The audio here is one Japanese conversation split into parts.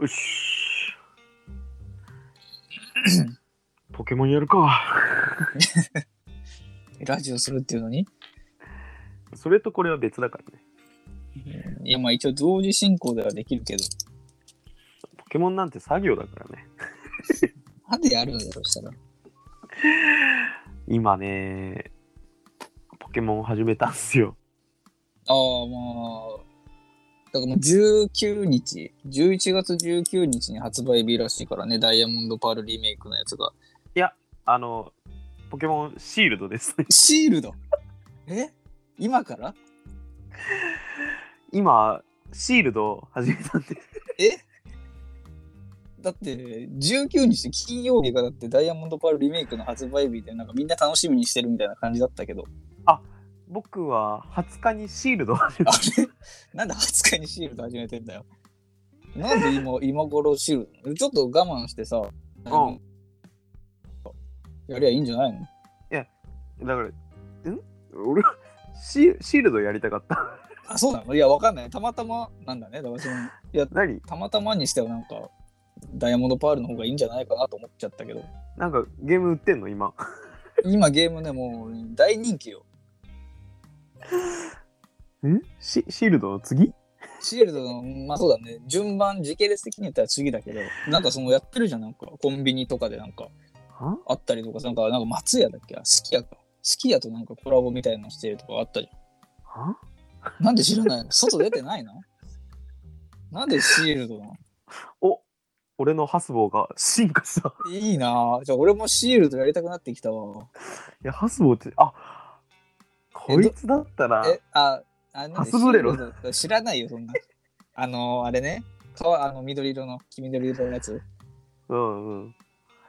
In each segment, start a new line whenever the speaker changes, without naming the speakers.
よし。ポケモンやるか。
ラジオするっていうのに、
それとこれは別だからね。
いや、まあ一応同時進行ではできるけど、
ポケモンなんて作業だからね。
なんでやるんだろうしたら。
今ね、ポケモン始めたんすよ。
ああ、まあ、だからもう19日、11月19日に発売日らしいからね、ダイヤモンドパールリメイクのやつが。
あの、ポケモンシールドですね。
シールド え今から
今、シールド始めたんで。
えだって19日金曜日がだってダイヤモンドパールリメイクの発売日でなんかみんな楽しみにしてるみたいな感じだったけど
僕は20日にシールドを始め
あ
た。
れなんで20日にシールド始めてんだよなんで今今頃シールドちょっと我慢してさ、
ん
やりゃいいんじゃないの
だから、ん俺はシー、シールドやりたかった。
あそうなのいやわかんないたまたまなんだねだからそのいや
何
たまたまにしてはなんかダイヤモンドパールの方がいいんじゃないかなと思っちゃったけど
なんかゲーム売ってんの今。
今ゲームねもう大人気よ
んシシールドの次
シールドの、まあそうだね、順番、時系列的に言ったら次だけど、なんかそのやってるじゃん、なんかコンビニとかでなんか
は
あったりとか、なんか、なんか松屋だっけすき家か。すき家となんかコラボみたいなのしてるとかあったじ
は
ゃん。なんで知らないの外出てないのなんでシールドなの
お俺のハスボーが進化した。
いいなぁ。じゃあ俺もシールドやりたくなってきたわ。
いや、ハスボーって、あこいつだったら、
え、あ、あの、
ハスブレロ
シールド知らないよ、そんな。あのあれね。かわあの緑色の、黄緑色のやつ。
うんうん。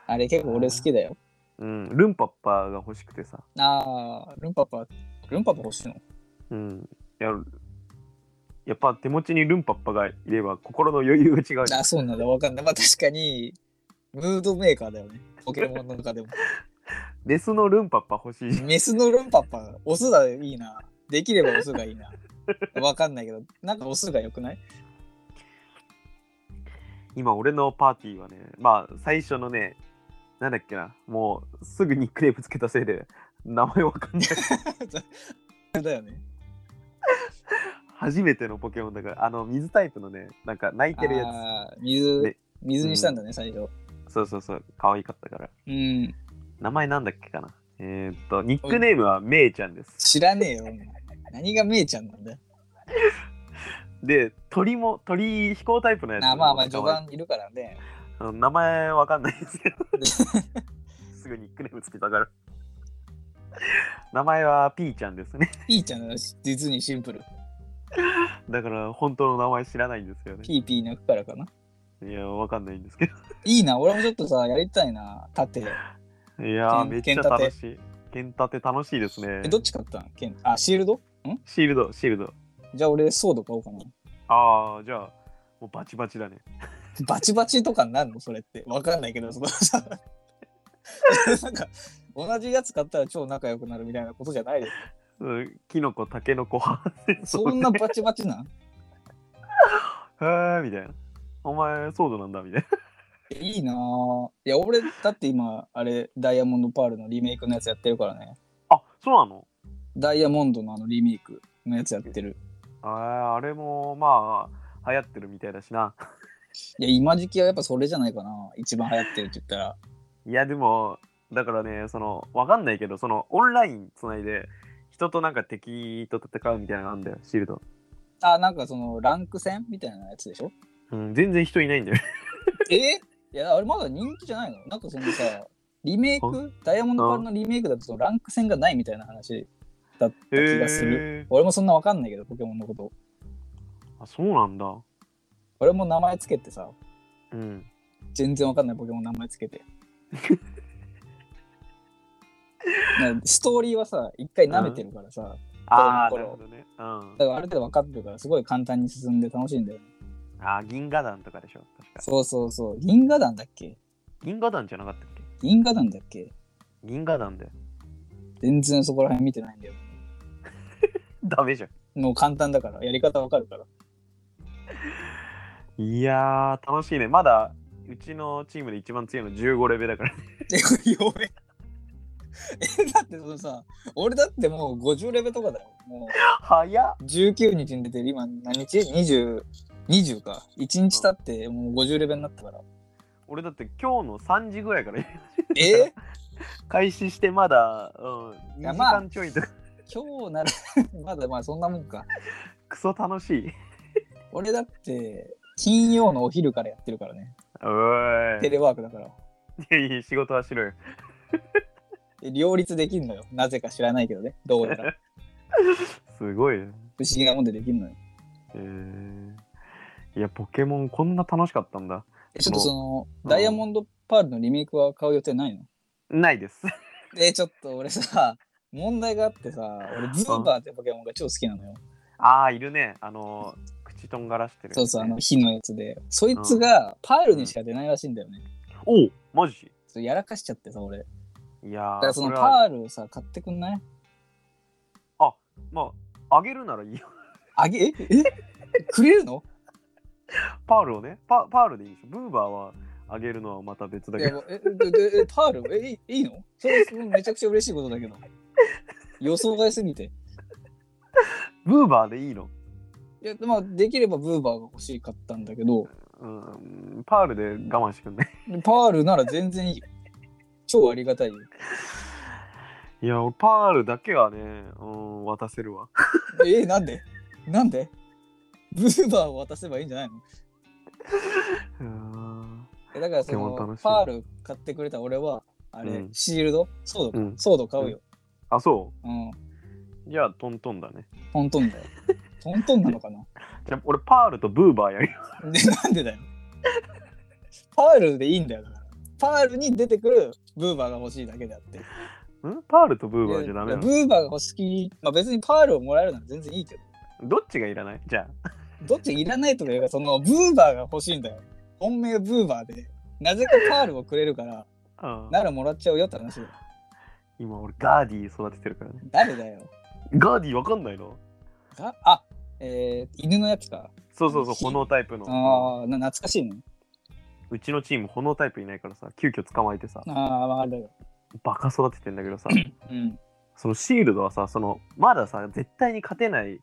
あれ結構俺好きだよ。
うん、ルンパッパーが欲しくてさ。
あー、ルンパパ、ルンパパ欲しいの
うん。いや、やっぱ手持ちにルンパッパがいれば心の余裕が違うよ。
あ、そうなんだ、わかんない。まあ確かに、ムードメーカーだよね。ポケモンの 中でも。
メスのルンパッパ欲しい。
メスのルンパッパ、オスだいいな。できればオスがいいな。わかんないけど、なんかオスが良 くない
今、俺のパーティーはね、まあ、最初のね、なんだっけな、もうすぐニックネームつけたせいで、名前わかんな い。
だよね。
初めてのポケモンだから、あの、水タイプのね、なんか泣いてるや
あー
ね
水、水にしたんだね、最初。
つ。そうそうそう、可愛かったから。
うん。
名前なんだっけかな。えーっと、ニックネームはメイちゃんです。
知らねえよ、お前何がめいちゃんなんだよ。
で、鳥も、鳥飛行タイプのやつ
あまあまあ、序
可愛い
盤いるからね。
あの名前わかんないですけど すぐニックネームつけたから名前はピーちゃんですね
ピーちゃんだし、実にシンプル。
だから本当の名前知らないんですよね
ピーピー泣くからかな。
いやわかんないんですけ
いいな、俺もちょっとさ、やりたいな、盾。
どいやー
剣
めっちゃ楽しい剣立て楽しいですね
え、どっち買ったん剣あ、シールド
シールドシールド
じゃあ俺、ソード買おうかな。
ああじゃあもうバチバチだね
バチバチとかになるのそれって。わかんないけど、その さ。なんか、同じやつ買ったら超仲良くなるみたいなことじゃないですか。
うんキノコタケノコハ
そんなバチバチなん
へーみたいなお前ソードなんだみたい
いいなぁ。いや、俺、だって今、あれ、ダイヤモンドパールのリメイクのやつやってるからね。
なあそうなの
ダイヤモンドのあのリメイクのやつやってる。
あーあれもまあ流行ってるみたいだしない
や、今時期はやっぱそれじゃないかな。一番流行ってるって言ったら。
いやでもだからねそのわかんないけどそのオンラインつないで人となんか敵と戦うみたいなのあんだよシールド、
あ、なんかその、ランク戦みたいなやつでしょ
うん、全然人いないんだよ
えいや、あれまだ人気じゃないのなんかそのさ、リメイクダイヤモンドパールのリメイクだとそのランク戦がないみたいな話だった気がする。
へえ
俺もそんなわかんないけど、ポケモンのこと。
あそうなんだ
俺も名前つけてさ、
うん
全然わかんないポケモン名前つけて。なストーリーはさ、一回舐めてるからさ、
ああ
こ
な
の
るほどね、うん、
だからある程度分かってるから、すごい簡単に進んで楽しいんだよ。
あー銀河団とかでしょ確か
そうそうそう、銀河団だっけ
銀河団じゃなかったっけ
銀河団だっけ
銀河団だよ
全然そこら辺見てないんだよ。
ダメじゃん
もう簡単だから、やり方わかるから。
いやー、楽しいね。まだ、うちのチームで一番強いの15レベルだから。
え、これ 弱え。え、だってそのさ、俺だってもう50レベルとかだよ。も
早っ
う19日に出てる今何日 ?20、20か。1日経ってもう50レベルになったから。
俺だって今日の3時ぐらいから
え
開始してまだ、うん、2
いや
時
まあ
間ちょいとか、
今日なら、 まだまあそんなもんか。
クソ楽しい。
俺だって、金曜のお昼からやってるからね。
お
テレワークだから。
い。いい仕事はしろよ。
で両立できんのよ。なぜか知らないけどね。どう やら。
すごいね。
不思議なもんでできんのよ。
えーいや、ポケモンこんな楽しかったんだ。
えちょっとその、
うん
ダイヤモンドパールのリメイクは買う予定ないの
ないです。
え、ちょっと俺さ、問題があってさ、俺ズーバーってポケモンが超好きなのよ。
ああ、いるね。あの、口とんがらしてる、
そうそう、あの火のやつで。そいつがパールにしか出ないらしいんだよね。
おうマジ
ちょっとやらかしちゃってさ、俺。だ
いや
から
ー、そ
その
れは、
パールをさ、買ってくんない
まあ、あげるならいいよ。
あげ、ええくれるの
パールをね、パパールでいいでしょ。ブーバーはあげるのはまた別だ
い
け
や
ど。
もうえででえパールえいいいいのそれめちゃくちゃ嬉しいことだけど予想外すぎて
ブーバーでいいの。
いやまあできればブーバーが欲しかったんだけど
うん、パールで我慢してくんね。
パールなら全然いいよ超ありがたいよ
いや、俺パールだけはね、うん、渡せるわ。
えなんでなんでブーバーを渡せばいいんじゃないの
うーん
えだからそ
ポケモン
の
楽しい
パール買ってくれた俺はあれ、
うん
シールドソードか、
うん
ソード買うよ、
あ、そ
うん、
う。じゃあ、トントンだね。
トント ンだよトントンなのかな
じゃあ、俺、パールとブーバーやるよ。
で、なんでだよ。パールでいいんだよ。だからパールに出てくるブーバーが欲しいだけであって。
んパールとブーバーじゃダメ
いや
な
ブ
の
ーバーが欲しき、まあ別にパールをもらえるなら全然いいけど、
どっちがいらないじゃあ。
どっちいらないとかいうか、そのブーバーが欲しいんだよ。本命ブーバーで。なぜかパールをくれるから、
うん
ならもらっちゃうよって話だよ。
今、俺、ガーディ育ててるからね。
誰だよ。
ガーディわかんないの
があえー、犬のやつか。
そうそうそう、
ひ
炎タイプの。
ああ、な懐かしいね。
うちのチーム、炎タイプいないからさ、急遽捕まえてさ、
ああ、わかるよ。
バカ育ててんだけ どさ、
うん。
そのシールドはさ、その、まださ、絶対に勝てない、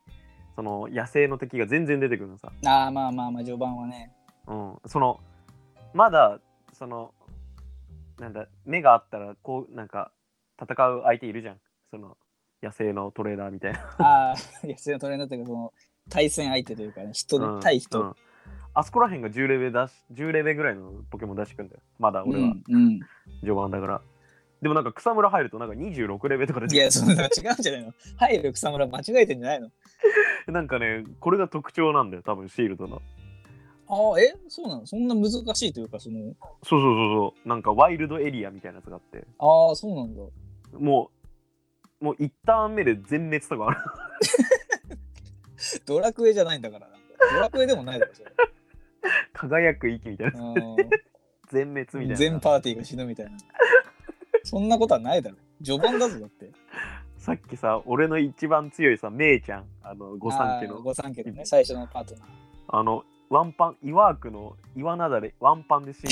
その、野生の敵が全然出てくるのさ。
ああ、まあまあまあ、序盤 はね。
うん、そのまだそのなんだ目があったらこうなんか戦う相手いるじゃんその野生のトレーダーみたいな、
ああ、いや、それはトレーナーだったけど、その、対戦相手というかね、人で、
うん
対人。
うんあそこら辺が10レベル出し10レベルぐらいのポケモン出してくんだよまだ俺
う
は
ん、うん。
序盤だから、でもなんか草むら入るとなんか26レベルとか出
い
て
や、そんな違うんじゃないの。入る草むら間違えてんじゃないの
くる なんかねこれが特徴なんだよ多分シールドの
ああ、えそうなのそんな難しいというか、その、
そうそうそうそうなんかワイルドエリアみたいなやつがあって
ああ、そうなんだ。
もうもう1ターン目で全滅とかある
ドラクエじゃないんだから。ドラクエでもないだろ、それ。
輝く息みたいな
う
全滅みたい
ん
な
全パーティーが死ぬみたいな。そんなことはないだろ。序盤だぞ、だって。
さっきさ、俺の一番強いさ、めいちゃん、あの、御三家
あー
の、
御三家のね、最初のパートナー。
あの、ワンパン、イワークの、岩なだれ、ワンパンで死 ん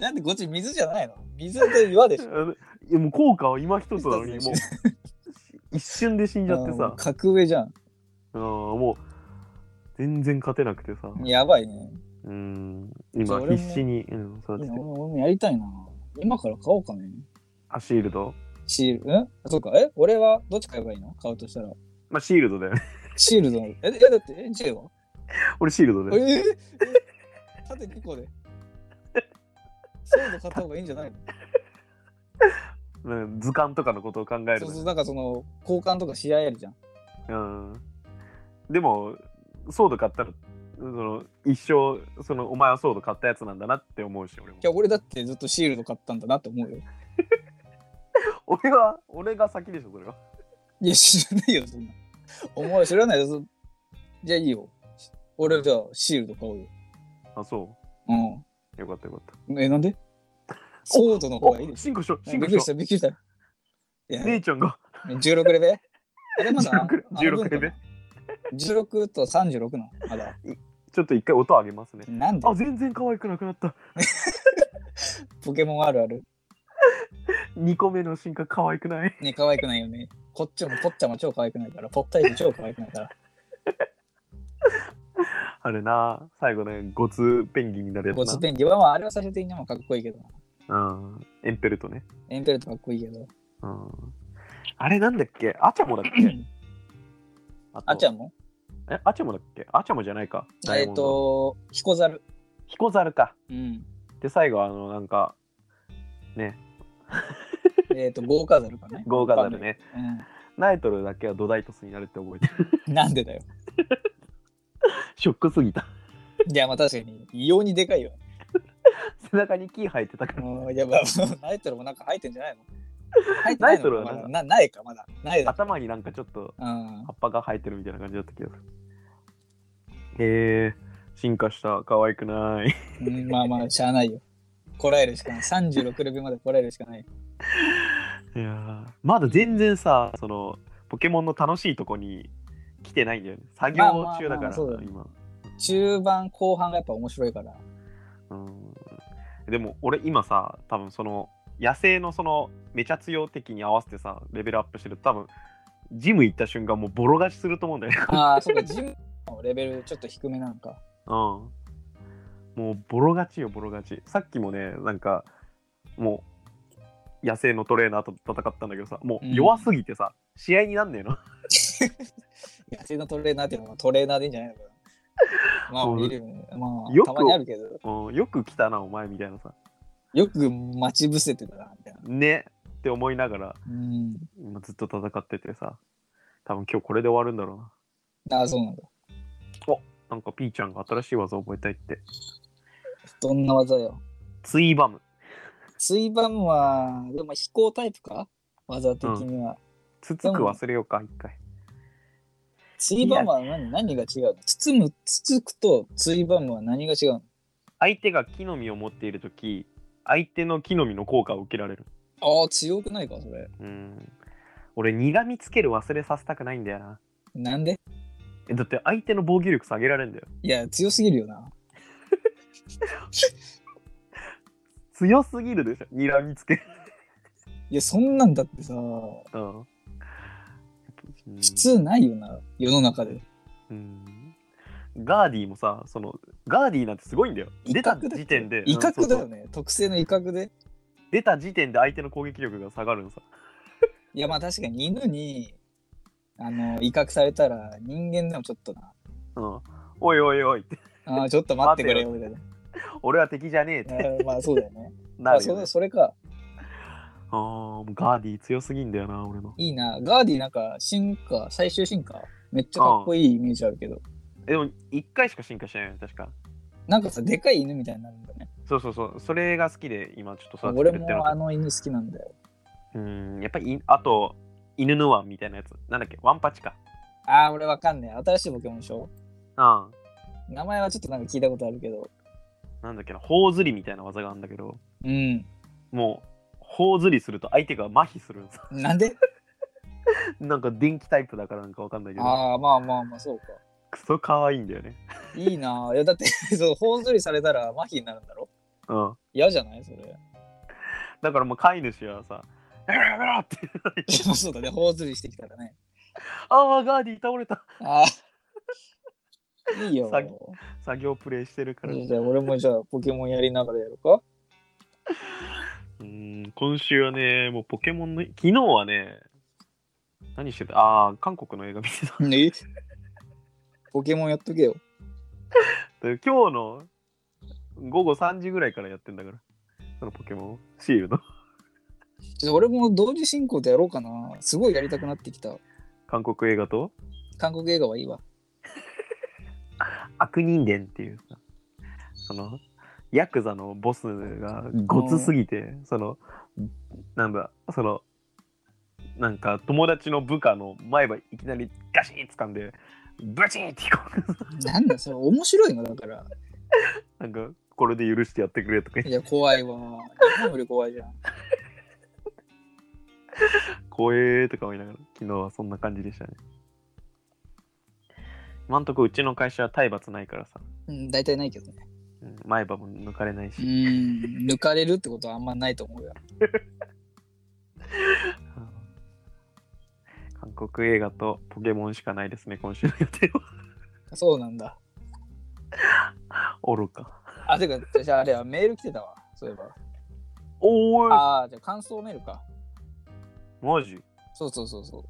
なんでこっち水じゃないの水と岩でしょ。
だいやもう効果は今一つなのに、
一つ
も
で
う、一瞬で死んじゃって
あーも
さ
う、格上じゃん。
うん、もう、全然勝てなくてさ、
やばいね。
うん、
じゃあ
今、
俺も
必死に、うん、育
い
て
や
て
俺
る。
も俺もやりたいな。今から買おうかね。
あ、シールド
シール、んそうか、え俺はどっち買えばいいの買うとしたら。
まあ、シールドだよね。
シールドの。え、えだって、え、J は
俺、シールド
え
だよ。
え縦2個で。ソード買った方がいいんじゃないの
うん図鑑とかのことを考える
そう
の
そう、
よ
なんかその、交換とかし合えるじゃん。
うん。でも、ソード買ったら、その一生そのお前はソード買ったやつなんだなって思うし俺も
いや、俺だってずっとシールド買ったんだなって思うよ。
俺は俺が先でしょそれはい
や、知らないよ、そんな。お前知らないよ。そじゃあいいよ。俺じゃあシールド買おうよ。
あそう
う
よかったよかった
ん。え、なんでソードの方がいいで
お
し
進行しろ
ょ。
進
び
行
っくりし
しろ
た、びっくりした。いや、
姉ちゃんが
16レベルあれまだ
16 16レベル
あの分かな16と36なのまだ。
ちちょっと一回音上げますね。
なんで
あ、全然可愛くなくなった。
ポケモンあるある。
2個目の進化可愛くない。
ね、可愛くないよね。こっちもポッチャも超可愛くないから、ポッタイジ超可愛くないから。
あるな。最後ね、ゴツペンギンになるやつな。
ゴツペンギンは、まあ、あれはそれでいいのもかっこいいけどな。
うん。エンペルトね。
エンペルトかっこいいけど。
うん。あれなんだっけアチャモ だっけあ
あちゃ
モ。
んも
え、アチャモだっけアチャモじゃないか。ダイヤ
えっ、
モンド。
と、ヒコザル。
ヒコザルか。
うん。
で、最後、あの、なんか、ね、
えっ、と、豪華ザルかね。
豪華ザルね。
う
ナイトルだけはドダイトスになるって覚えてる。
ん。なんでだよ。
ショックすぎた。
いや、まあ確かに、異様にでかいよ。
背中に木生えてたから。
もう、やばい、も うナイトルもなんか入ってんじゃないの入ってない
ナイトル
の
は
か
な
まだなないか、まだ。ないだ。
頭になんかちょっと
うん。
葉っぱが生えてるみたいな感じだった気がする。へえー、進化した。可愛くない。
うんまあまあ、しゃあないよ。こらえるしかない。36レベルまでこらえるしかない。
いやーまだ全然さ、その、ポケモンの楽しいとこに来てないんだよね。作業
まあまあまあ
中だから、
そうだよね
今。
中盤、後半がやっぱ面白いから。
うんでも俺今さ多分その野生のそのめちゃ強敵に合わせてさレベルアップしてると多分ジム行った瞬間もうボロ勝ちすると思うんだよね。
ああ、そうか、ジムのレベルちょっと低めなんか。
うん、もうボロ勝ちよボロ勝ち。さっきもねなんかもう野生のトレーナーと戦ったんだけどさもう弱すぎてさ、試合になんねえの。
野生のトレーナーっていうのはトレーナーでいいんじゃないのかな。まあ、
そう
見るよねま
よ
あ、
く
たまにあるけど、
うん、よく来たなお前みたいなさ
よく待ち伏せてたな、みたいな。
ねって思いながら
うん。
今ずっと戦っててさ多分今日これで終わるんだろうな。
ああ、そうなんだ。
なんかピーちゃんが新しい技を覚えたいって。
どんな技よ。
ツイバム。
ツイバムは、でも飛行タイプか技的には。
つつく忘れようか、一回。
ツイバムは何何が違うの包む、つつくとツイバムは何が違うの
相手が木の実を持っているとき、相手の木の実の効果を受けられる。
ああ、強くないか、それ。
うん。俺、睨みつける忘れさせたくないんだよな。
なんで
え、だって相手の防御力下げられるんだよ。
いや、強すぎるよな。
強すぎるでしょ、睨みつける。
いや、そんなんだってさ、
うん。うん
普通ないよな、世の中で。
うんガーディもさ、その、ガーディなんてすごいんだよ。
威
出た
嚇だ
時点で。
威嚇だ
うんそうそ
よ
う
ね、特性の威嚇で。
出た時点で相手の攻撃力が下がるのさ。
いや、まあ確かに犬に、あの、威嚇されたら人間でもちょっとな。
うん。おいおいおいって。
ああ、ちょっと待ってくれよ、みたい
俺は敵じゃねえって
な。あーまあそうだよね。
な
まあ
る
そ
よ
れ
ね。
それか。
ああ、もうガーディ強すぎんだよな、俺の。
いいな。ガーディなんか進化、最終進化、めっちゃかっこいいイメージあるけど、
えでも1回しか進化しないよね確か
なんかさ、でかい犬みたいになるんだね。
そうそうそうそれが好きで今ちょっと育
俺
ててるっての
もあ
は
の犬好きなんだよ。
うんやっぱりいあと犬のワンみたいなやつなんだっけワンパチか
ああ、俺わかんねえ。新しいポケモンでしょ
うん
名前はちょっとなんか聞いたことあるけど。
なんだっけな頬ずりみたいな技があるんだけど
うん。
もう頬ずりすると相手が麻痺するんです
なんで
なんか電気タイプだからなんかわかんないけど
ああ、まあまあまあ、そうか。
クソ可愛いんだよね
いいな。いや、だって、 そう、頬ずりされたら麻痺になるんだろ
うん
嫌じゃないそれ。
だからもう飼い主はさ「やめろやめろ!」って
でもそうだね、頬ずりしてきたらね。
「ああガーディ倒れた
ああ。いいよ。
詐欺作業プレイしてるから」
じゃあ、俺もじゃあ、ポケモンやりながらやろうか。
うん今週はね、もうポケモンの、昨日はね、何してたああ、韓国の映画見てた。
ねポケモンやっとけよ。
で今日の午後3時ぐらいからやってんだから、そのポケモン、シールの。
ちょっと俺も同時進行でやろうかな。すごいやりたくなってきた。
韓国映画と、
韓国映画はいいわ。
悪人伝っていうさ、その、ヤクザのボスがごつすぎて、その、なんだ、その、なんか友達の部下の前歯いきなりガシッ掴んで、ブチーってこう
なんだ、それ面白いのだから。
なんか、これで許してやってくれとか言って
いや、怖いわ。日本より怖いじゃん。
怖えーとか思いながら昨日はそんな感じでしたね今んとこうちの会社は体罰ないからさ
うん、大体ないけどね。
うん前歯も抜かれないし
う、ん、抜かれるってことはあんまないと思うよ。
韓国映画とポケモンしかないですね、今週の予定は。
そうなんだ。
愚か。
あ、てか、じゃああれはメール来てたわ。そういえば。
おーい
ああ、じゃあ感想メールか。
マジ
そうそうそうそう。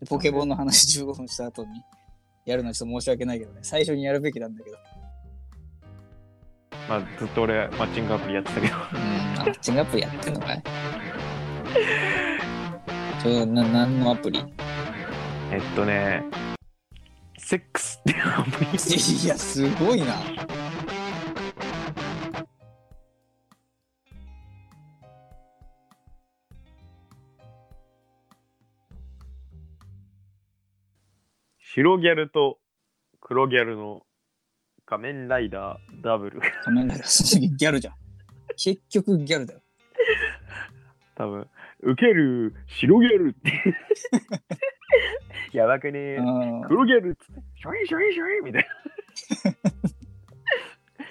でポケモンの話15分した後にやるのはちょっと申し訳ないけどね。最初にやるべきなんだけど。
まあ、ずっと俺、マッチングアプリやってたけど。
うん、あマッチングアプリやってんのかいそれはな何のアプリい
えっとね、セックス っていうアプリ
や、す ごいな。
白ギャルと黒ギャルの仮面ライダーダブル。
仮面ライダー、その時ギャルじゃん。結局ギャルだよ。
多分、ウケる白ギャルって。 やばくね
う
え。
ん。
黒ギャルっつって、ショイショイショイみたいな。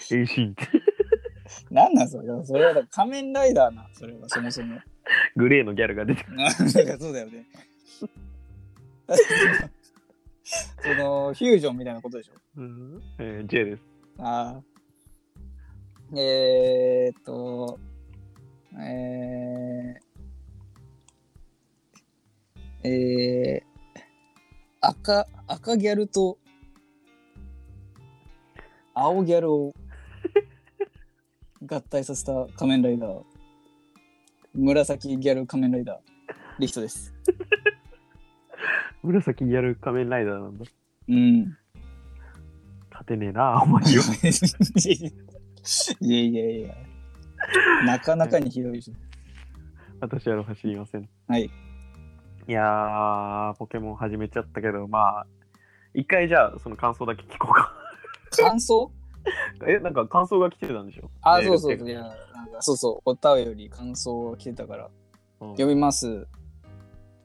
変身って。
なんなんそれ。だからそれはだから仮面ライダーな、それはそもそも。
グレーのギャルが出てくる。
なんかそうだよ ね。だってそのそのフュージョンみたいなことでしょ。
うんえー、J です。
ああ。えー、っと、えー、えー、赤、赤ギャルと青ギャルを合体させた仮面ライダー、紫ギャル仮面ライダー、リヒトです。
紫ギャル仮面ライダーなんだ。
うん。
勝てねえな、お前よ。
いやいやいや。なかなかにひどいじ
私は走りません。
はい。
いやー、ポケモン始めちゃったけど、まあ、一回じゃあ、その感想だけ聞こうか。
ゃん。感想
え、なんか感想が来てたんでしょ
あ、そうそうそう。
メ
い
ール
や、なんかそうそう。お便り感想が来てたから。
うん
呼びます。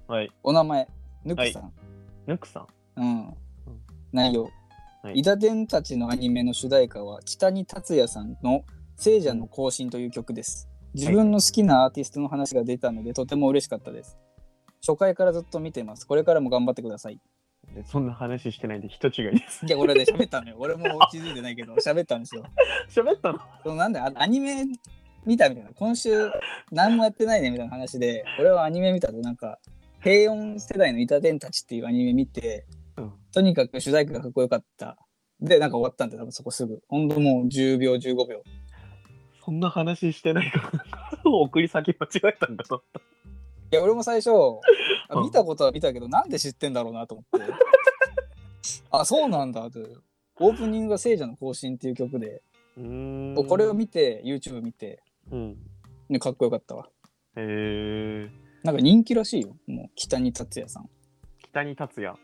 はい。
お名前、ぬくさん。
ヌクさん。
うん。内容。
はい
伊田伝たちのアニメの主題歌は北に達也さんの「聖者の行進」という曲です。自分の好きなアーティストの話が出たのでとても嬉しかったです。初回からずっと見てます。これからも頑張ってください。
でそんな話してないんで人違い です。
いや、俺で喋ったのよ。俺も気づいてないけど、喋ったんですよ。
喋ったの
そのなんであアニメ見たみたいな、今週何もやってないねみたいな話で、俺はアニメ見たと、なんか、平穏世代のイタデンたちっていうアニメ見て、
うん
とにかく主題歌がかっこよかった。で、なんか終わったんで、多分そこすぐ。ほんともう10秒、15秒。
そんな話してないから、送り先間違えたんだと。
いや、俺も最初、あ
うん
見たことは見たけど、なんで知ってんだろうなと思って。 あ、そうなんだと。オープニングが聖者の行進っていう曲で、
うーん
これを見て、YouTube 見て、
うん。
ね、かっこよかったわ。
へえー。
なんか人気らしいよ。もう北に達也さん。
北に達也。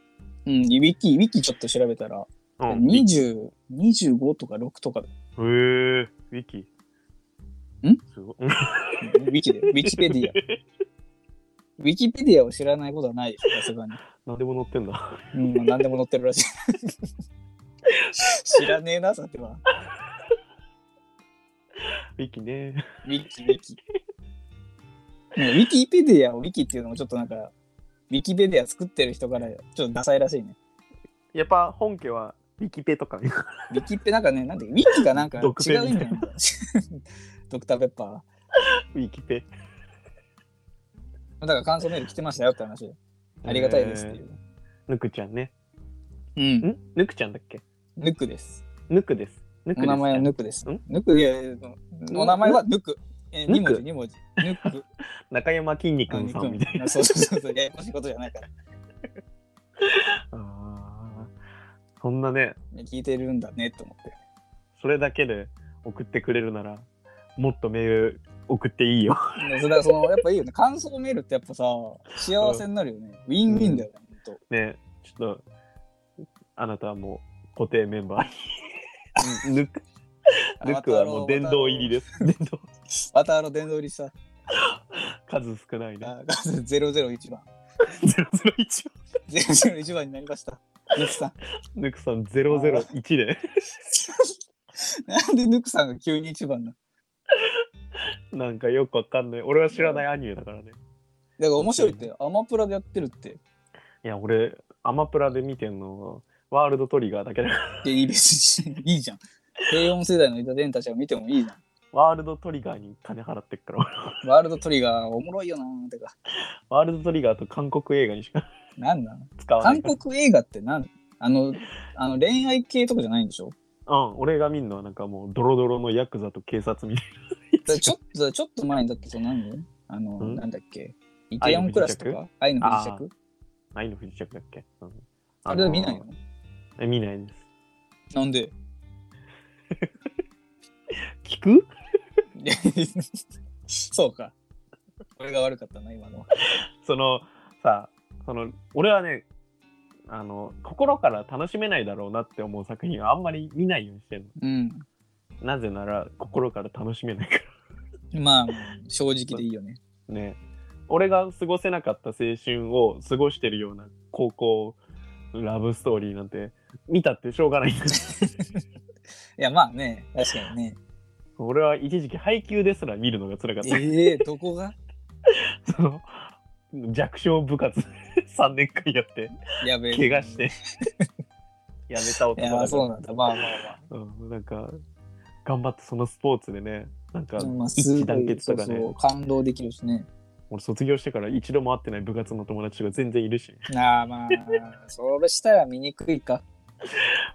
うん、ウィキ、ウィキちょっと調べたら、
うん。へ
20、25とか6とか、
えー。ウィキ。
ん
すごい。
ウィキで、ウィキペ ディア。ウィキペディアを知らないことはないでしょ、さすがに。
何でも載ってんだ。
うん、まあ何でも載ってるらしい。 知らねえな、さては。
ウィキね。
ウィキ、ウィキ。なんかウィキペディアをウィキっていうのもちょっとなんか、ウィキペディア作ってる人からちょっとダサいらしいね。
やっぱ本家はウィキペとかね。
ウィキってなんかね、なんてウィキがなんか違う
ドクペ
意味なんだ。ドクターペッパー。
ウィキペ。
だから感想メール来てましたよって話。ありがたいですっていう。
ぬくちゃんね。
うん。
んぬくちゃんだっけ
ヌクです。
ぬくです。ぬく
お
です
名前はヌクです
ん。
ヌク、いやいや、お名前はヌク。え、
ヌ
2
ク
文字、2文字。ヌ ク。
中山きんに
あ
君
ヌ
さんみたいな
ク。。そうそうそうそう。ややこしいことじゃないから。
あーそんなね、
ね聞いてるんだねと思って。
それだけで送ってくれるなら、もっとメール送っていいよ。
でそれだからその、やっぱいいよね。感想メールってやっぱさ、幸せになるよね。ウィンウィンだよね、ほんと。
ねちょっと、あなたはもう固定メンバーに。ぬく、ぬくはもう殿堂入り
で。
です。殿堂。
またあの殿堂入りした。
数少ないね。
あ001番。
001
001番になりました。ぬくさん。
ぬくさん001で。
なんでぬくさんが急に一番なの
なんかよくわかんない。俺は知らないアニメだからね。
だから面白いって、アマプラでやってるって。
いや、俺、アマプラで見てんの、ワールドトリガーだけだから。
で、いい別にいいじゃん。低音世代のイタデンたちが見てもいいじゃ
ワールドトリガーに金払ってっから。俺
ん。ワールドトリガーおもろいよなーてか。
ワールドトリガーと韓国映画にしか
なんなの
使わない
韓。国映画ってなんあの、あの恋愛系とかじゃないんでしょ
うん、俺が見るのはなんかもうドロドロのヤクザと警察みたい
だからちょっと、ちょっと前にだってその何あの、
うん
なんだっけイテヤンクラスとか愛の不時着
な。愛の不時着だっけ、うん、
あれは見ないの
え見ないです。
なんで
聞く
そうか。これが悪かったな、今のは。
そのさ、その俺はね、あの心から楽しめないだろうなって思う作品はあんまり見ないようにしてる
うん。
の。なぜなら心から楽しめないか
まあ、正直でいいよね。
ら。ね。俺が過ごせなかった青春を過ごしてるような高校ラブストーリーなんて見たってしょうがないんだよ
いや、まあね、確かにね。
俺は一時期配給ですら見るのが辛かった。
ええどこが
その弱小部活 3年間やって
やべえ。
怪我してやめた
い
男だか
や、
ら
そうなんだ。まあまあ
うん、なんか頑張ってそのスポーツでねなんか
まあ。まあ、
一
す
致
ご
団
い、
結
そ
と
う
かね
そう、感動できるしね。
俺卒業してから一度も会ってない部活の友達が全然いるし
ああ、まあ、それしたら見にくいか。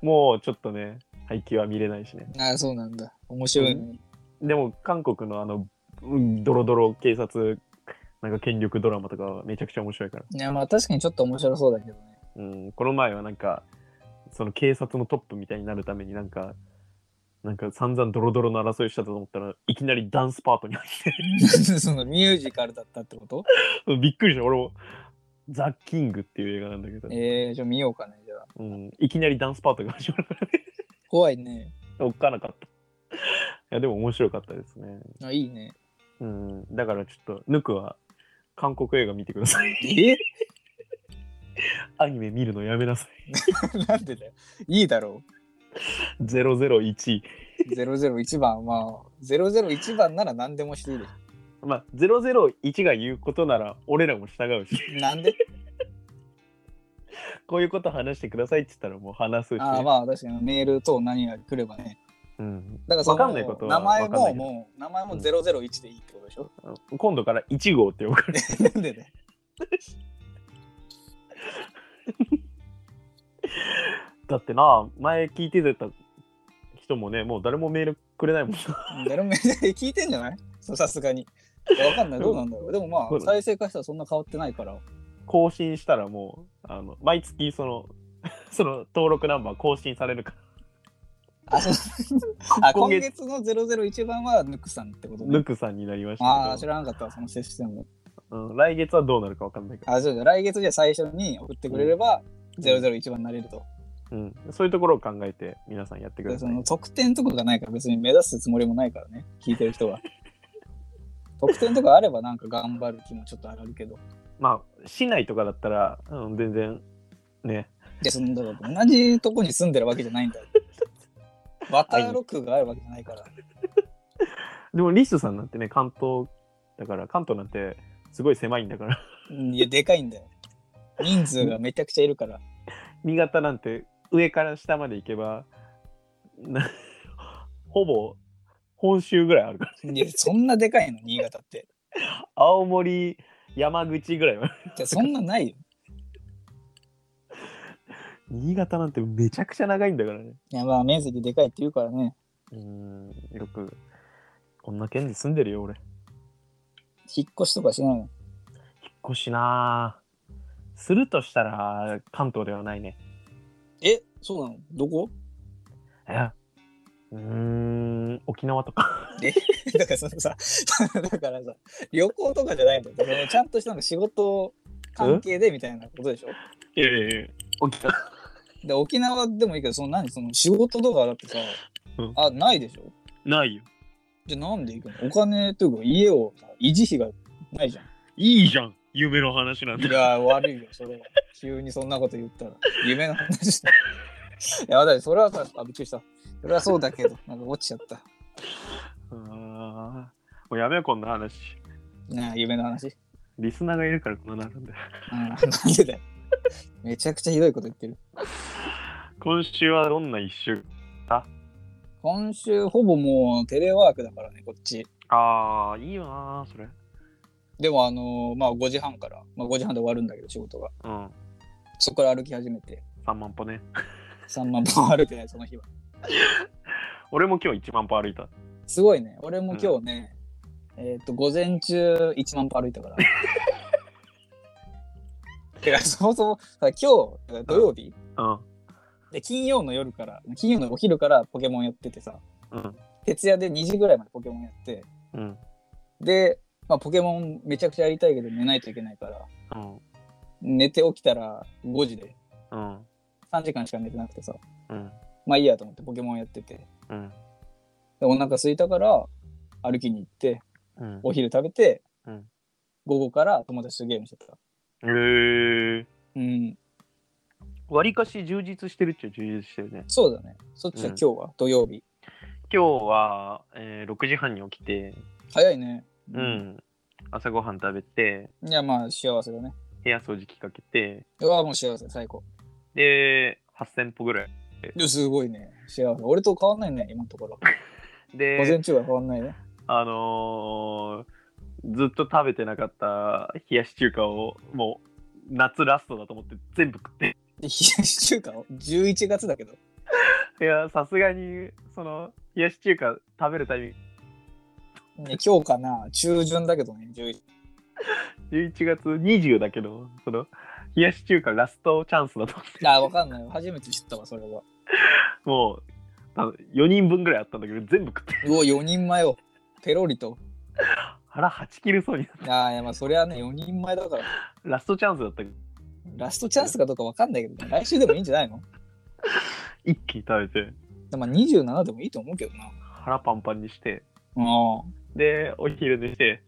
もうちょっとね配給は見れないしね
ああ、そうなんだ。面白いのに。
でも韓国のあのうんドロドロ警察なんか権力ドラマとかはめちゃくちゃ面白いから、
いや、まあ確かにちょっと面白そうだけどね。
うん、この前はなんかその警察のトップみたいになるためになんかなんか散々ドロドロの争いしたと思ったらいきなりダンスパートに入って
そのミュージカルだったってこと
うん びっくりした俺も「ザ・キング」っていう映画なんだけど、
ええじゃあ見ようかね、じゃあ。
うん、いきなりダンスパートが始まるからね
怖いね。
おっかなかったい やでも面白かったですね、
あ、いいね。
うん、だからちょっとヌクは韓国映画見てください
え
アニメ見るのやめなさい
なんでだよ。いいだろ
001
う。001番、まあ、001番なら何でもしていいで
まあ001が言うことなら俺らも従うし
す。なんで
こういうこと話してくださいって言ったらもう話すし、
ああ、まあ確かにメールと何が来ればね。
うん、
だからその
わかんないことは
名前
わか
も
んないけど
もう、名前も001でいいってことでしょ、
今度から1号って呼ばれる
なんでだよ。
だってな前聞いてた人もねもう誰もメールくれないもん
誰もメールで聞いてんじゃない そうさすがに。わかんない。どうなんだろう。でもま
そ
あ、
うだね
再生回数はそんな変わってな いから。
更新したらもうあの毎月その その登録ナンバー更新されるか
あ、そう
ら
あ今月の001番はヌクさんってことね
ヌ。クさんになりまし
ああ、
た
知
けど
らなかったわ、そのシステム。
うん、来月はどうなるかわかんないけど、
あ、そうだ、来月じゃあ最初に送ってくれれば、
ん
001番になれると。
うん、そういうところを考えて皆さんやってく
で
だ
そ
さ
の
い
得点とかがないから別に目指すつもりもないからね、聞いてる人は。 得点とかあればなんか頑張る気もちょっと上がるけど。
まあ市内とかだったら、うん、全然ね
で、そのだから同じとこに住んでるわけじゃない んだよ。渡ロクがあるわけじゃないから。
でもリスさんなんてね関東だから関東なんてすごい狭いんだから
うんいや、でかいんだよ。人数がめちゃくちゃいる から。
新潟なんて上から下まで行けばな ほぼ本州ぐらいあるから
いや、そんなでかいの、新潟って。
青森山口ぐらいは
じゃそんなないよ。
新潟なんてめちゃくちゃ長いんだからね。
いや、まあ面積でかいって言うからね。
うん、よく、こんな県に住んでるよ、俺。
引っ越しとかしない
引
の。
っ越しなぁするとしたら、関東ではないね。
え、そうなのどこ
えうーん、沖縄とか。
だからそのさ、 だからさ、旅行とかじゃないんだよ。そのちゃんとしたなんか仕事関係でみたいなことでしょ
いやいやいや、沖縄。
で、沖縄でもいいけど、その何その仕事とかだってさ
うん、
あ、ないでしょ
ないよ。
じゃあなんで行くのお金というか家をさ維持費がないじゃん。
いいじゃん。夢の話なん
い
だ。
や、悪いよ、それは。急にそんなこと言ったら。夢の話だ。いや、だってそれはさ、あ、びっくりした。それはそうだけど、なんか落ちちゃった。
あーもうやめよう、こんな話。
ねえ夢の話。
リスナーがいるからこんななるんだよ。
うん、なんでだよ。めちゃくちゃひどいこと言ってる。
今週はどんな一週
今週、ほぼもうテレワークだからね、こっち。
ああ、いいよなー、それ。
でも、あのーまあ、5時半から、まあ、5時半で終わるんだけど、仕事が。
うん。
そこから歩き始めて、
3万歩ね。
3万歩歩いてない、その日は。
俺も今日1万歩歩いた。
すごいね。俺も今日ね、えっ、と、午前中1万歩歩 いたから。てか、そもそもさ、今日、土曜日、
うん。
で、金曜の夜から、金曜のお昼からポケモンやっててさ、
うん。
徹夜で2時ぐらいまでポケモンやって、
うん。
で、まあ、ポケモンめちゃくちゃやりたいけど寝ないといけないか
う
ら、
ん。
寝て起きたら5時で、
うん。
3時間しか寝てなくてさ、
うん。
まあいいやと思ってポケモンやってて、で
うん。
お腹空いたから歩きに行って、
うん。
お昼食べて、
うん
午後から友達とゲームしてた。
えー。
うん、
わりかし充実してるっちゃ充実してるね。
そうだね。そっちは今日は、土曜日。
今日は、えー、6時半に起きて、
早いね。
う。ん。朝ごはん食べて、
いや、まあ、幸せだね。
部屋掃除機かけて、
うわ、もう幸せ、最高。
で、8000歩ぐらい。
いやすごいね。幸せ。俺と変わんないね、今のところ。午前
で、
中は変わんないね。
あのー、ずっと食べてなかった冷やし中華を、もう、夏ラストだと思って全部食って。
で冷やし中華を11月だけど。
いや、さすがに、その、冷やし中華食べるタイミング、
ね、今日かな、中旬だけどね、11
11月20だけど、その、冷やし中華ラストチャンスだと思って。
あ、わかんないよ。初めて知ったわ、それは。
もう、多分4人分ぐらいあったんだけど、全部食って、
うお、4人前を。ペロリと。
腹はち切れそうになった。
ああ、いや、まあ、それはね、4人前だから。
ラストチャンスだったけど、
ラストチャンスかどうかわかんないけど、来週でもいいんじゃないの
一気に食べて、
でもまあ、27でもいいと思うけどな。あ
腹パンパンにして、
あ。
で、お昼寝して、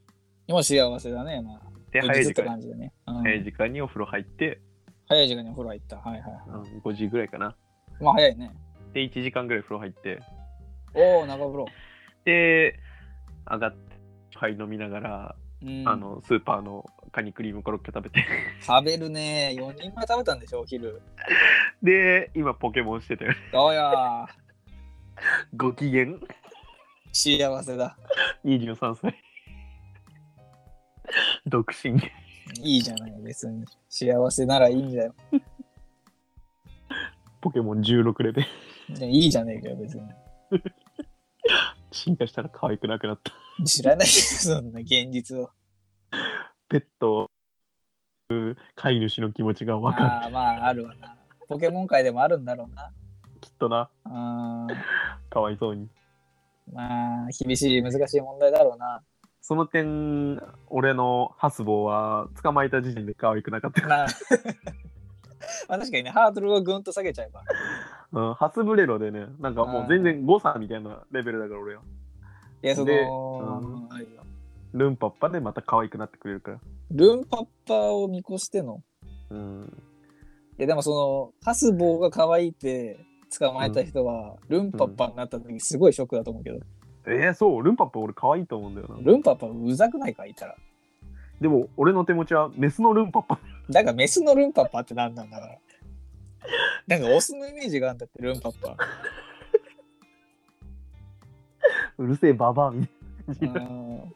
今幸せだね、まあ。
で、早い時
って
間
感じだね。うん
早い時間にお風呂入って、
早い時間にお風呂入った。はいはい
う
は
ん、5時ぐらいかな。
い。まあ早いね。
で、1時間ぐらい風呂入って、
おお、長風呂。
で、上がって、はい、飲みながら、
うん、
あの、スーパーのカニクリームコロッケ食べて、
食べるね。4人前食べたんでしょ、お昼。
で、今ポケモンしてて、
どうや。
ご機嫌、
幸せだ。
23歳。独身。
いいじゃない、別に。幸せならいいんだよ。
ポケモン16レベル。
いやいいじゃねえかよ、別に。
進化したら可愛くなくなった。
知らないよ、そんな現実を。
ペット、うん飼い主の気持ちが分か
ああ、まあ、あるわな。ポケモン界でもあるんだろうな。
る。きっとな、
あ
かわいそうに。
ーまあ、厳しい、難しい問題だろうな。
その点、俺のハスボーは捕まえた時点で可愛くなかった。
まあ、 まあ確かにね、ハードルをぐんと下げちゃえば。
うん、ハスブレロでね、なんかもう全然誤差みたいなレベルだから俺は。
いや、そ
で
の、あれよ
ルンパッパでまた可愛くなってくれるから。
ルンパッパを見越しての。
うん。
いや、でもその、ハスボーが可愛いって捕まえた人は、ルンパッパになった時すごいショックだと思うけど、
えー、そう、ルンパッパ俺可愛いと思うんだよな。
ルンパッパうざくないかいたら。
でも俺の手持ちはメスのルンパッパ。
だからメスのルンパッパって何なんだから。なんかオスのイメージがあんだって、ルンパッパ。
うるせえババアみた
う
いな。
ん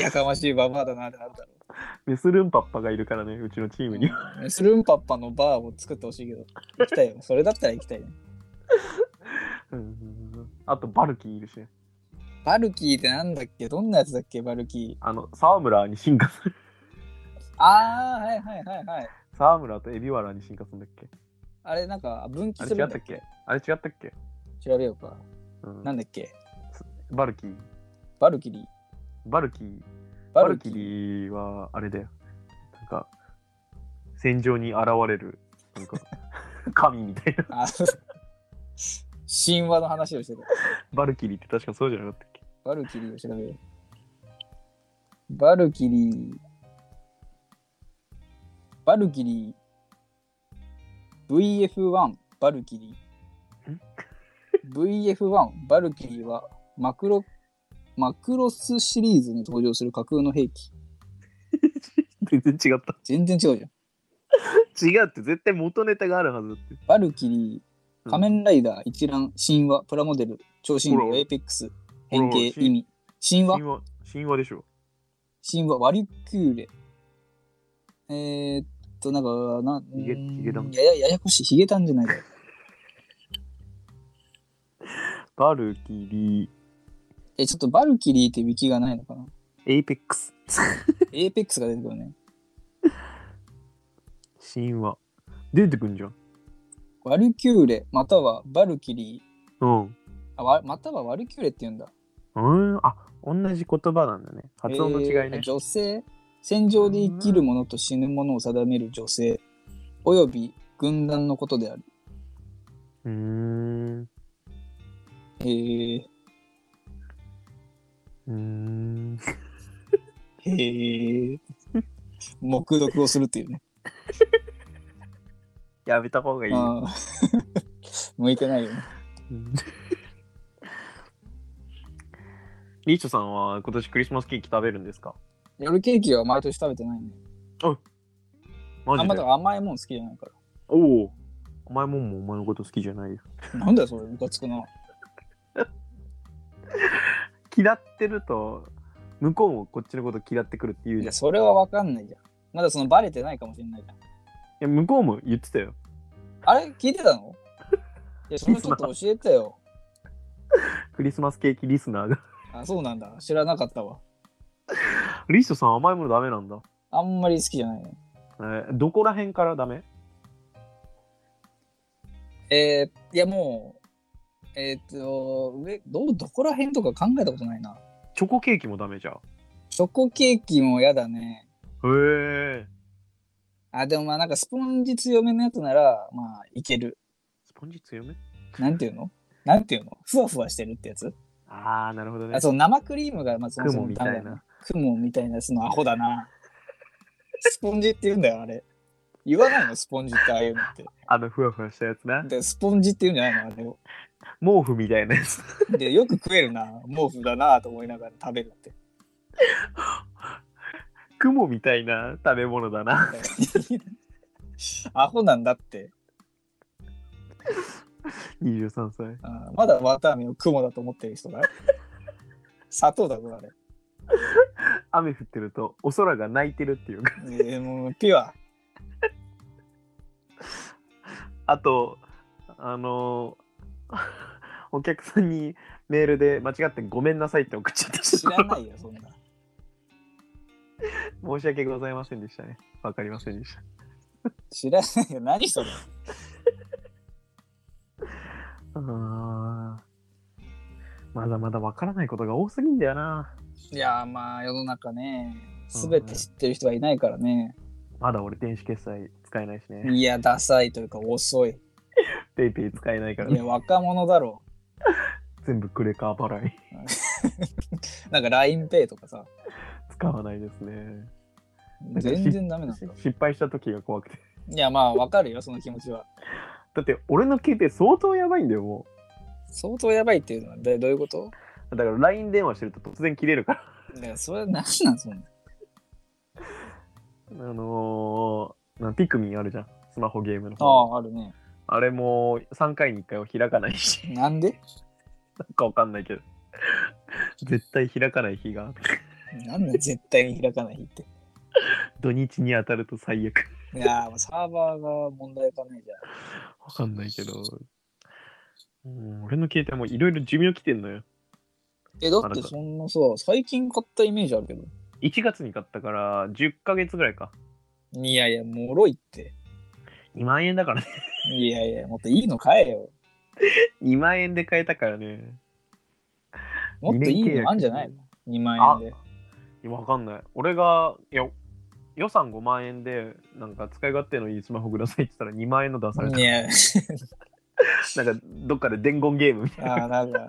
やかましいババアだなってなるだろ
メスルンパッパがいるからね、うちのチームには。
う。メスルンパッパのバーを作ってほしいけど、行きたいよ。それだったら行きたいね。
うんあとバルキーいるしね。
バルキーってなんだっけどんなやつだっけバルキー。
あの、沢村に進化す る。
あー、はいはいはいはい。
沢村とエビワラに進化するんだっけ
あれなんか分岐
あ
す
れ違っ
るん
た
だ
っ
っ
け
け
あれ違ったっけ、
調べようか。
うん
なんだっけ
バルキー。
バルキリー。
バルキー。
バ
バ
ル
ル
キ
キ
リー。
リーはあれだよ。なんか、戦場に現れる、なんか、 神みたいな。
あ、そう 神話の話をしてた。
バルキリーって確かそうじゃなかったっけ
バルキリーを調べる。バルキリー。バルキリー VF1 バルキリー VF1 バルキリーはマクロマクロスシリーズに登場する架空の兵器
全然違った。
全然違うじゃん
違うって絶対元ネタがあるはずだって。
バルキリ
う
ー
ん
仮面ライダー一覧神話プラモデル超神
ほ
話
ら
エイペックス変形
ほら
意味神話
神話神話でしょ。
神話ワリキューレえー、っとなんかな
ヒゲ
うーん
ヒゲダン
ややややこしいヒゲタンじゃないだろ
バルキリー、
えちょっとバルキリーってウィキがないのかな
エイペックス、
エイペックスが出てくるね
神話。出てくんじゃん。
ワルキューレまたはバルキリー
うん。
あわまたはワルキューレって言うんだ
うーん、あ同じ言葉なんだね。発音の違い
え
ね
ー。女性戦場で生きる者と死ぬ者を定める女性および軍団のことである
うーん。う
えー、
ーん。
へえ。黙読をするっていうね。
やめた方がいいよ。
ああ 向いてないよね。
うん リーチョさんは今年クリスマスケーキ食べるんですか
夜ケーキは毎年食べてないね。
マ
あ
ジ
ん
で
まだから甘いもん好きじゃないか
おお。お前もんもお前のこと好きじゃないよ。
ら。なんだよそれ、ムカつくな。
嫌ってると、向こうもこっちのこと嫌ってくるって言う
い
じゃ
や、
ん。い
それはわかんないじゃん。まだそのバレてないかもしれないじゃん。
や、向こうも言ってたよ。
あれ聞いて たのいや、それちょっと教えてよ。
クリスマスケーキリスナーが。
あ、そうなんだ。知らなかったわ。
リーチョさん甘いものダメなんだ。
あんまり好きじゃないね。
えーどこら辺からダメ
えー、いや、もう、えーっと、上、どう、どこら辺とか考えたことないな。
チョコケーキもダメじゃん。へ
チョコケーキもやだね。
え。
あ、でもまあなんかスポンジ強めのやつなら、まあいける。
スポンジ強め
なんていうの なんていうのふわふわしてるってやつ、
ああ、なるほどね
あ、。そう、生クリームがまあそもそ
雲
も
みた
ダメだ
い
な
な。。
雲みたいなやつのアホだな。スポンジって言うんだよ、あれ。言わないのスポンジってああいうのって。
あの、ふわふわしたやつな。
で、スポンジって言うんじゃないのあれを。
毛布みたいなやつ。
で、よく食えるな。毛布だなと思いながら食べるって。
雲みたいな食べ物だな。
アホなんだって。
23歳。
あまだわたあめを雲だと思ってる人が。砂糖だぞ、あれ。
雨降ってると、お空が泣いてるっていうか。
えーもうピュア。
あと、あのー お客さんにメールで間違ってごめんなさいって送っちゃったし
知らないよ、そんな。
申し訳ございませんでしたね。わかりませんでした。
知らないよ。何それ。
あーまだまだわからないことが多すぎんだよな。
いやーまあ世の中ね、すべて知ってる人はいないからね。
まだ俺電子決済使えないしね。
いや、ダサいというか遅い。
ペイペイ使えないから
いや、
ね。
若者だろ。
全部クレカ払い。
なんか LINEPay とかさ、
使わないですね。なんか
全然ダメなんだよ。
失敗した時が怖くて。
いや、まあわかるよ、その気持ちは。
だって俺の携帯相当やばいんだよ、も
相当やばいっていうのはどどういうこと
う。だから LINE 電話してると突然切れるから。
だからそれは何なんそんな。
あのー、なんピクミンあるじゃん。スマホゲームの
あ
方。
あ、あるね。
あれも3回に1回は開かない し、
なんで
なんかわかんないけど。絶対開かない日があって。
なんで絶対に開かない日って。
土日に当たると最悪。
いやー、もうサーバーが問題かねじゃん。
わかんないけど。うん俺の携帯もいろいろ寿命来てんのよ。
え、だってそんなさ、最近買ったイメージあるけど。
1月に買ったから10ヶ月ぐらいか。
いやいや、もろいって。
2万円だからね。
いやいや、もっといいの買えよ。
2万円で買えたからね。
もっといいのあんじゃないの ?2 万円で。
いやわかんない。俺が、いや、予算5万円で、なんか使い勝手のいいスマホくださいって言ったら2万円の出され
いや、
た。なんか、どっかで伝言ゲームみたいな。
あーなんか、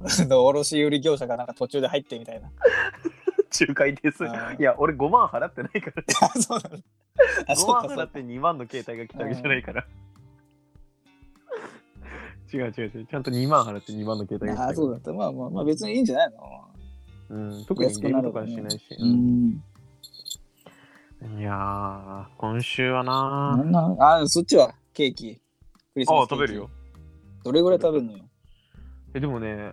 あの卸売業者がなんか途中で入ってみたいな。
仲介です。
あー
いや、俺5万払ってないから。
あそうなのあ、
ノ
そう
ア
か
フ
そ
だ
う
っ
か
て。2万の携帯が来たわけじゃないから。違う違う違う。ちゃんと2万払って2万の携帯が来た
あ
から。
あ、そうだった。まあまあまあ別にいいんじゃないの
うん、特にゲームとかしないし。
うん。
いやー、今週はな
なんなんああ、そっちはケーキ。クリス
あ
マ
あ、
スケー
食
キ
べるよ。。
どれぐらい食べるのよ
え、でもね、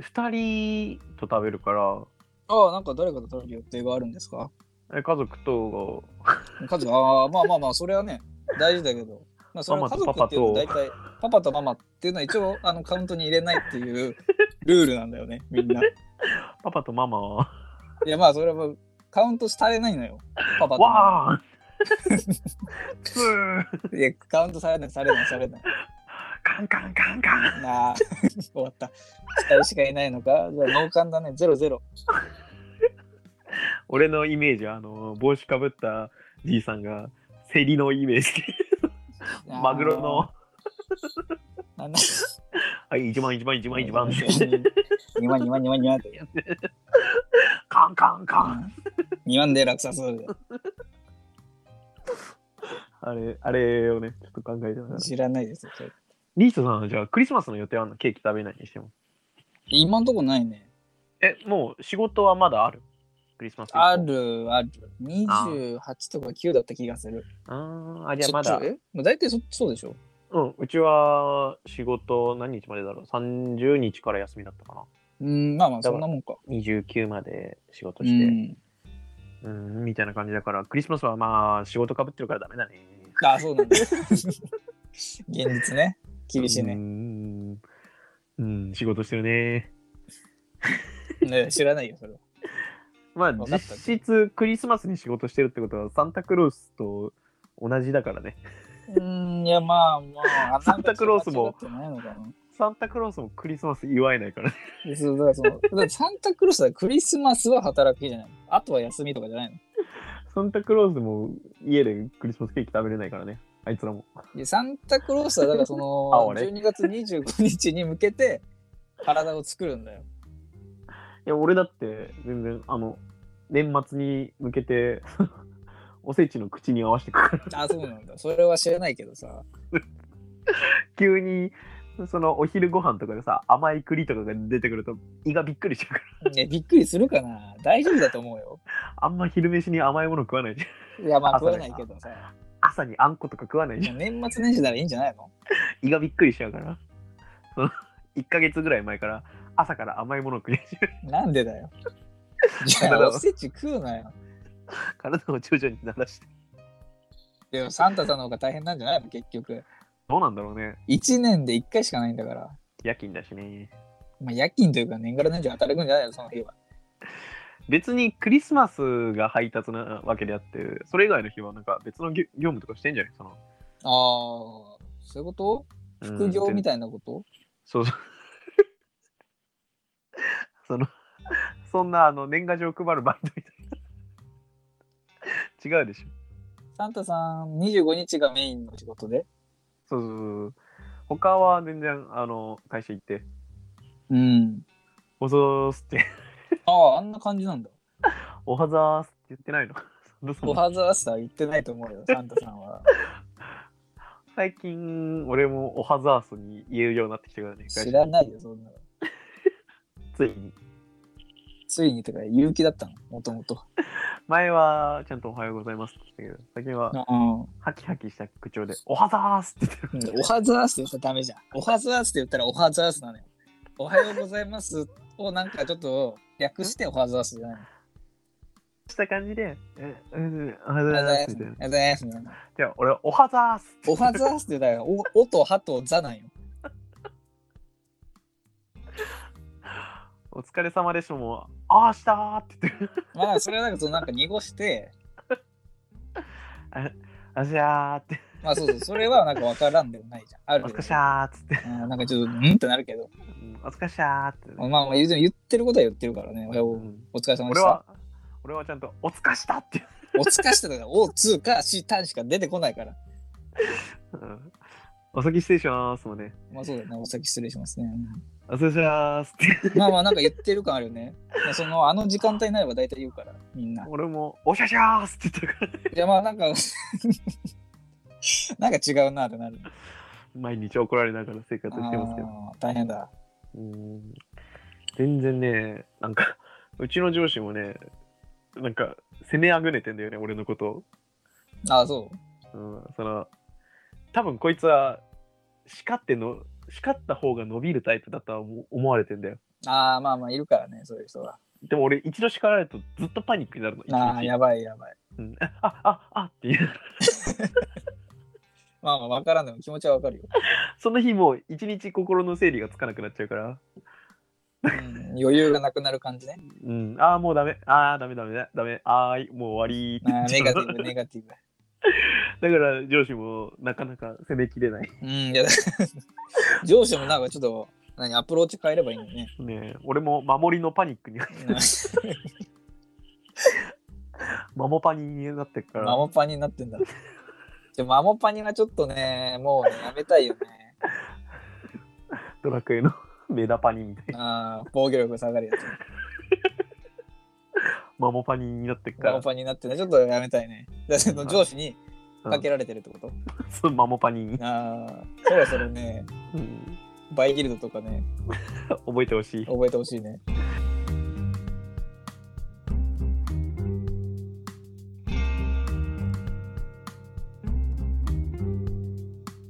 2人と食べるか、
ああ、なんか誰かと食べる予定があるんですから
え家族と、
家族、ああ、まあまあまあ、それはね、大事だけど。まあ、それは家族っていうのは大体、パパとママっていうのは一応あのカウントに入れないっていう ルールなんだよね、みんな。い
パパとママは、
や、まあ、それはもうカウントされないのよ。パパとママ。
わー つー
いや、カウントされない、されない、されない。
カンカンカンカン
なあ、 終わった。2人しかいないのかじゃあ、脳幹だね、ゼロゼロ。
俺のイメージは、あの、帽子かぶったじいさんが、セリのイメージで、マグロの、
あー。なんだ
はい、1万1万1万1万 って
2万2万2万2万って。
カンカンカン。
2万で落札する。
あれ、あれをね、ちょっと考えてます。
知らないですよ。それ
リートさんはじゃあ、クリスマスの予定はあんのケーキ食べないにしても。
今んとこないね。
え、もう仕事はまだあるクリスマス以降
あ。るある。28とか9だった気がする。
あーあ、じゃあま
そ
だ
っち。えまあ大体そそうでしょ。
うん、うちは仕事何日までだろう ?30 日から休みだったかな。
うん、まあまあ
だから
そんなもんか。
29まで仕事
う
して、
ん、
うん、みたいな感じだから、クリスマスはまあ仕事かぶってるからダメだね。
あ、そうなんだ。現実ね。厳しいうね。
ん。うん、仕事してるね。
ね知らないよ、それは。
まあ
わかった
実質クリスマスに仕事してるってことはサンタクロースと同じだからね。
うん、いやまあまあ、
サンタクロースも
あんなこと間違ってないのかな。
サンタクロースもクリスマス祝えないからね。
でそうだからそのだからサンタクロースはクリスマスは働く日じゃないの。あとは休みとかじゃないの。
サンタクロースも家でクリスマスケーキ食べれないからね。あいつらも。
いやサンタクロースはだからそ
あ
の
俺
12月25日に向けて体を作るんだよ。
いや、俺だって全然、あの、年末に向けて、 おせちの口に合わせてくから、
あ、そうなんだ。それは知らないけどさ。
急に、そのお昼ご飯とかでさ、甘い栗とかが出てくると、胃がびっくりしちゃうか
ね、びっくりするかな大丈夫だと思うよ。
ら、あんま昼飯に甘いもの食わないじゃん。
いや、まあ
朝
食
だ
わないけどさ。
朝にあんことか食わないじゃん。
年末年始ならいいんじゃないの
胃がびっくりしちゃうから、その、1ヶ月ぐらい前から、朝から甘いものを食い 始める
なんでだよ。じゃ
体を
あ、おせち食うなよ。
体を徐々に慣らして。
でも、サンタさんの方が大変なんじゃないの結局。
どうなんだろうね。
1年で1回しかないんだから。
夜勤だしね。
まあ、夜勤というか、年がら年中働くんじゃないのその日は。
別にクリスマスが配達なわけであって、それ以外の日はなんか別の業業務とかしてんじゃないその、
ああ、そういうこと副業み
い
たいなこと、
そう そう。その、そんなあの年賀状配るバイトみたいな。違うでしょ。
サンタさん、25日がメインの仕事で。
そうそうそうそう。他は全然、あの、会社行って、
うん。
おぞーすって、
ああ、あんな感じなんだ。
おはざーすって言ってないの。 そ
お
の
はざわすとは言ってないと思うよ、サンタさんは。
最近、俺もおはざーすに言えるようになってきたからね。会社
知らないよ、そんなの。
ついに。
ついにとか、勇気だったの、もともと。
前は、ちゃんとおはようございますって言ってたけど、最近は、
うん。
ハキハキした口調で、おはざーすって言ってる。
おはざわすって言ったらダメじゃん。おはざわすって言ったらおはざわすなのよ。おはようございますをなんかちょっと略しておはざわすじゃないの。
した感じで、え、うん、おは
お
ざ
はざ
ー
わ
す
す
みたいな。
おはざわすみたいな。
じゃあ、俺、おはざーす
おはざわすって言ったら、お、おとはとざなんよ。
お疲れ様でしょもう、ああしたーって言ってる。
まあ、それはなんかそのなんか濁して、
あしゃーって、
まあそうそう、それはなんかわからんでもないじゃん。あ
お
る
疲
け
れ
ど
し。ゃーっつって、
うんなんかちょっと、うんってなるけど。
うんお疲れしゃーって、
まあまあ、言うても言ってることは言ってるからね。おはよ
う
うんお疲れ様
俺
でした。
は、俺はちゃんと、お疲れしたっていう。
お疲れしたとか、おつかしたんしか出てこないから。
うんお先失礼しますもんね。
まあそうだね。お先失礼しますね。うん
あ、それじゃあ、って。
まあまあなんか言ってる感あるよね。まあそのあの時間帯になれば大体言うから、みん な。
俺も、おしゃしゃーすって言ったから、
いやまあなんか、 なんか違うなってなる。
毎日怒られながら生活してますけど。
あー大変だ。
うん全然ね、なんか、うちの上司もね、なんか、攻めあぐねてんだよね、俺のことを。
ああ、そう。
うん、その、多分こいつは、叱っての、叱った方が伸びるタイプだとは思思われてんだよ。
ああ、まあまあいるからね、そういう人 は。
でも俺、一度叱られるとずっとパニックになるの、一
ああ、
日。
やばいやばい。
うんあ、あ、あっていう。
まあまあわからんでも気持ちはわかるよ。
その日もう一日心の整理がつかなくなっちゃうから。
うん、余裕がなくなる感じね。
うん、ああ、もうダメ。ああ、ダメダメダメ。あーい、もう 終
あ
わ り
ーネガティブ、ネガティブ。
だから上司もなかなか攻めきれない。
うん、いや、 だ上司もなんかちょっと、何、アプローチ変えればいいのに ね。
ねえ俺も守りのパニックに、
うん
マモパニになってるから。
マモパニになってんだ。でもマモパニはちょっとね、もうね、やめたいよね。
ドラクエの メダパニみたい な。
ああ、防御力下がるやつ。
マモパニになって るか
マ
ら
モ。パニになってね、ちょっとやめたいね。だけど上司にかけられてるってこと、
そうマモパニに、
ああ、そろそろね、
うん
バイギルドとかね、
覚えてほしい。
覚えてほしいね。